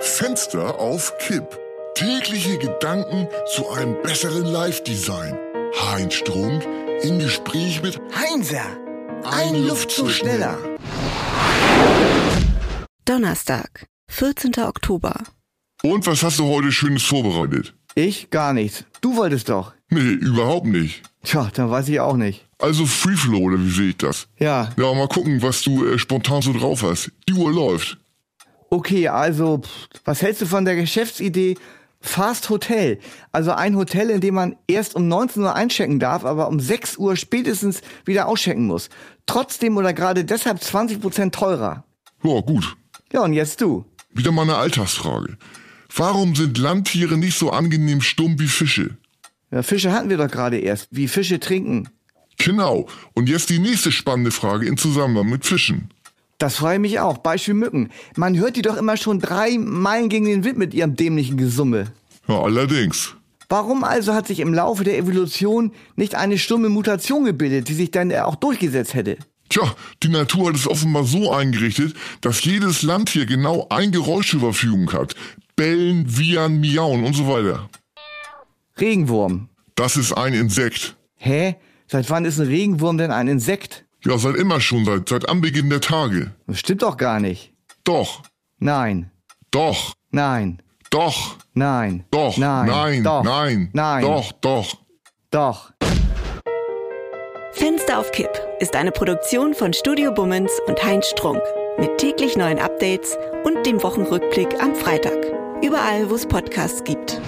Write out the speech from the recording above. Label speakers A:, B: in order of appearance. A: Fenster auf Kipp. Tägliche Gedanken zu einem besseren Live-Design. Heinz Strunk im Gespräch mit
B: Heinzer,
A: Ein Luftzug schneller.
C: Donnerstag, 14. Oktober.
A: Und was hast du heute Schönes vorbereitet?
B: Ich gar nichts. Du wolltest doch.
A: Nee, überhaupt nicht.
B: Tja, dann weiß ich auch nicht.
A: Also Free Flow, oder wie sehe ich das?
B: Ja,
A: Ja, mal gucken, was du äh, spontan so drauf hast. Die Uhr läuft.
B: okay, also, pff, was hältst du von der Geschäftsidee Fast Hotel? Also ein Hotel, in dem man erst um 19 Uhr einchecken darf, aber um 6 Uhr spätestens wieder auschecken muss. Trotzdem oder gerade deshalb 20% teurer.
A: Ja, gut.
B: Ja, und jetzt du.
A: Wieder mal eine Alltagsfrage. Warum sind Landtiere nicht so angenehm stumm wie Fische?
B: Ja, Fische hatten wir doch gerade erst. Wie Fische trinken.
A: Genau. Und jetzt die nächste spannende Frage in Zusammenhang mit Fischen.
B: Das freue mich auch. Beispiel Mücken. Man hört die doch immer schon drei Meilen gegen den Wind mit ihrem dämlichen Gesumme.
A: Ja, allerdings.
B: Warum also hat sich im Laufe der Evolution nicht eine stumme Mutation gebildet, die sich dann auch durchgesetzt hätte?
A: Tja, die Natur hat es offenbar so eingerichtet, dass jedes Landtier genau ein Geräusch zur Verfügung hat. Bellen, Wiehern, Miauen und so weiter.
B: Regenwurm.
A: Das ist ein Insekt.
B: Hä? Seit wann ist ein Regenwurm denn ein Insekt?
A: Ja, seit immer schon, seit, seit Anbeginn der Tage.
B: Das stimmt doch gar nicht.
A: Doch,
B: Nein,
A: doch,
B: nein,
A: doch,
B: nein,
A: doch,
B: nein,
A: nein,
B: doch,
A: nein,
B: nein,
A: doch, doch.
B: doch.
C: Fenster auf Kipp ist eine Produktion von Studio Bummens und Heinz Strunk. Mit täglich neuen Updates und dem Wochenrückblick am Freitag. Überall, wo es Podcasts gibt.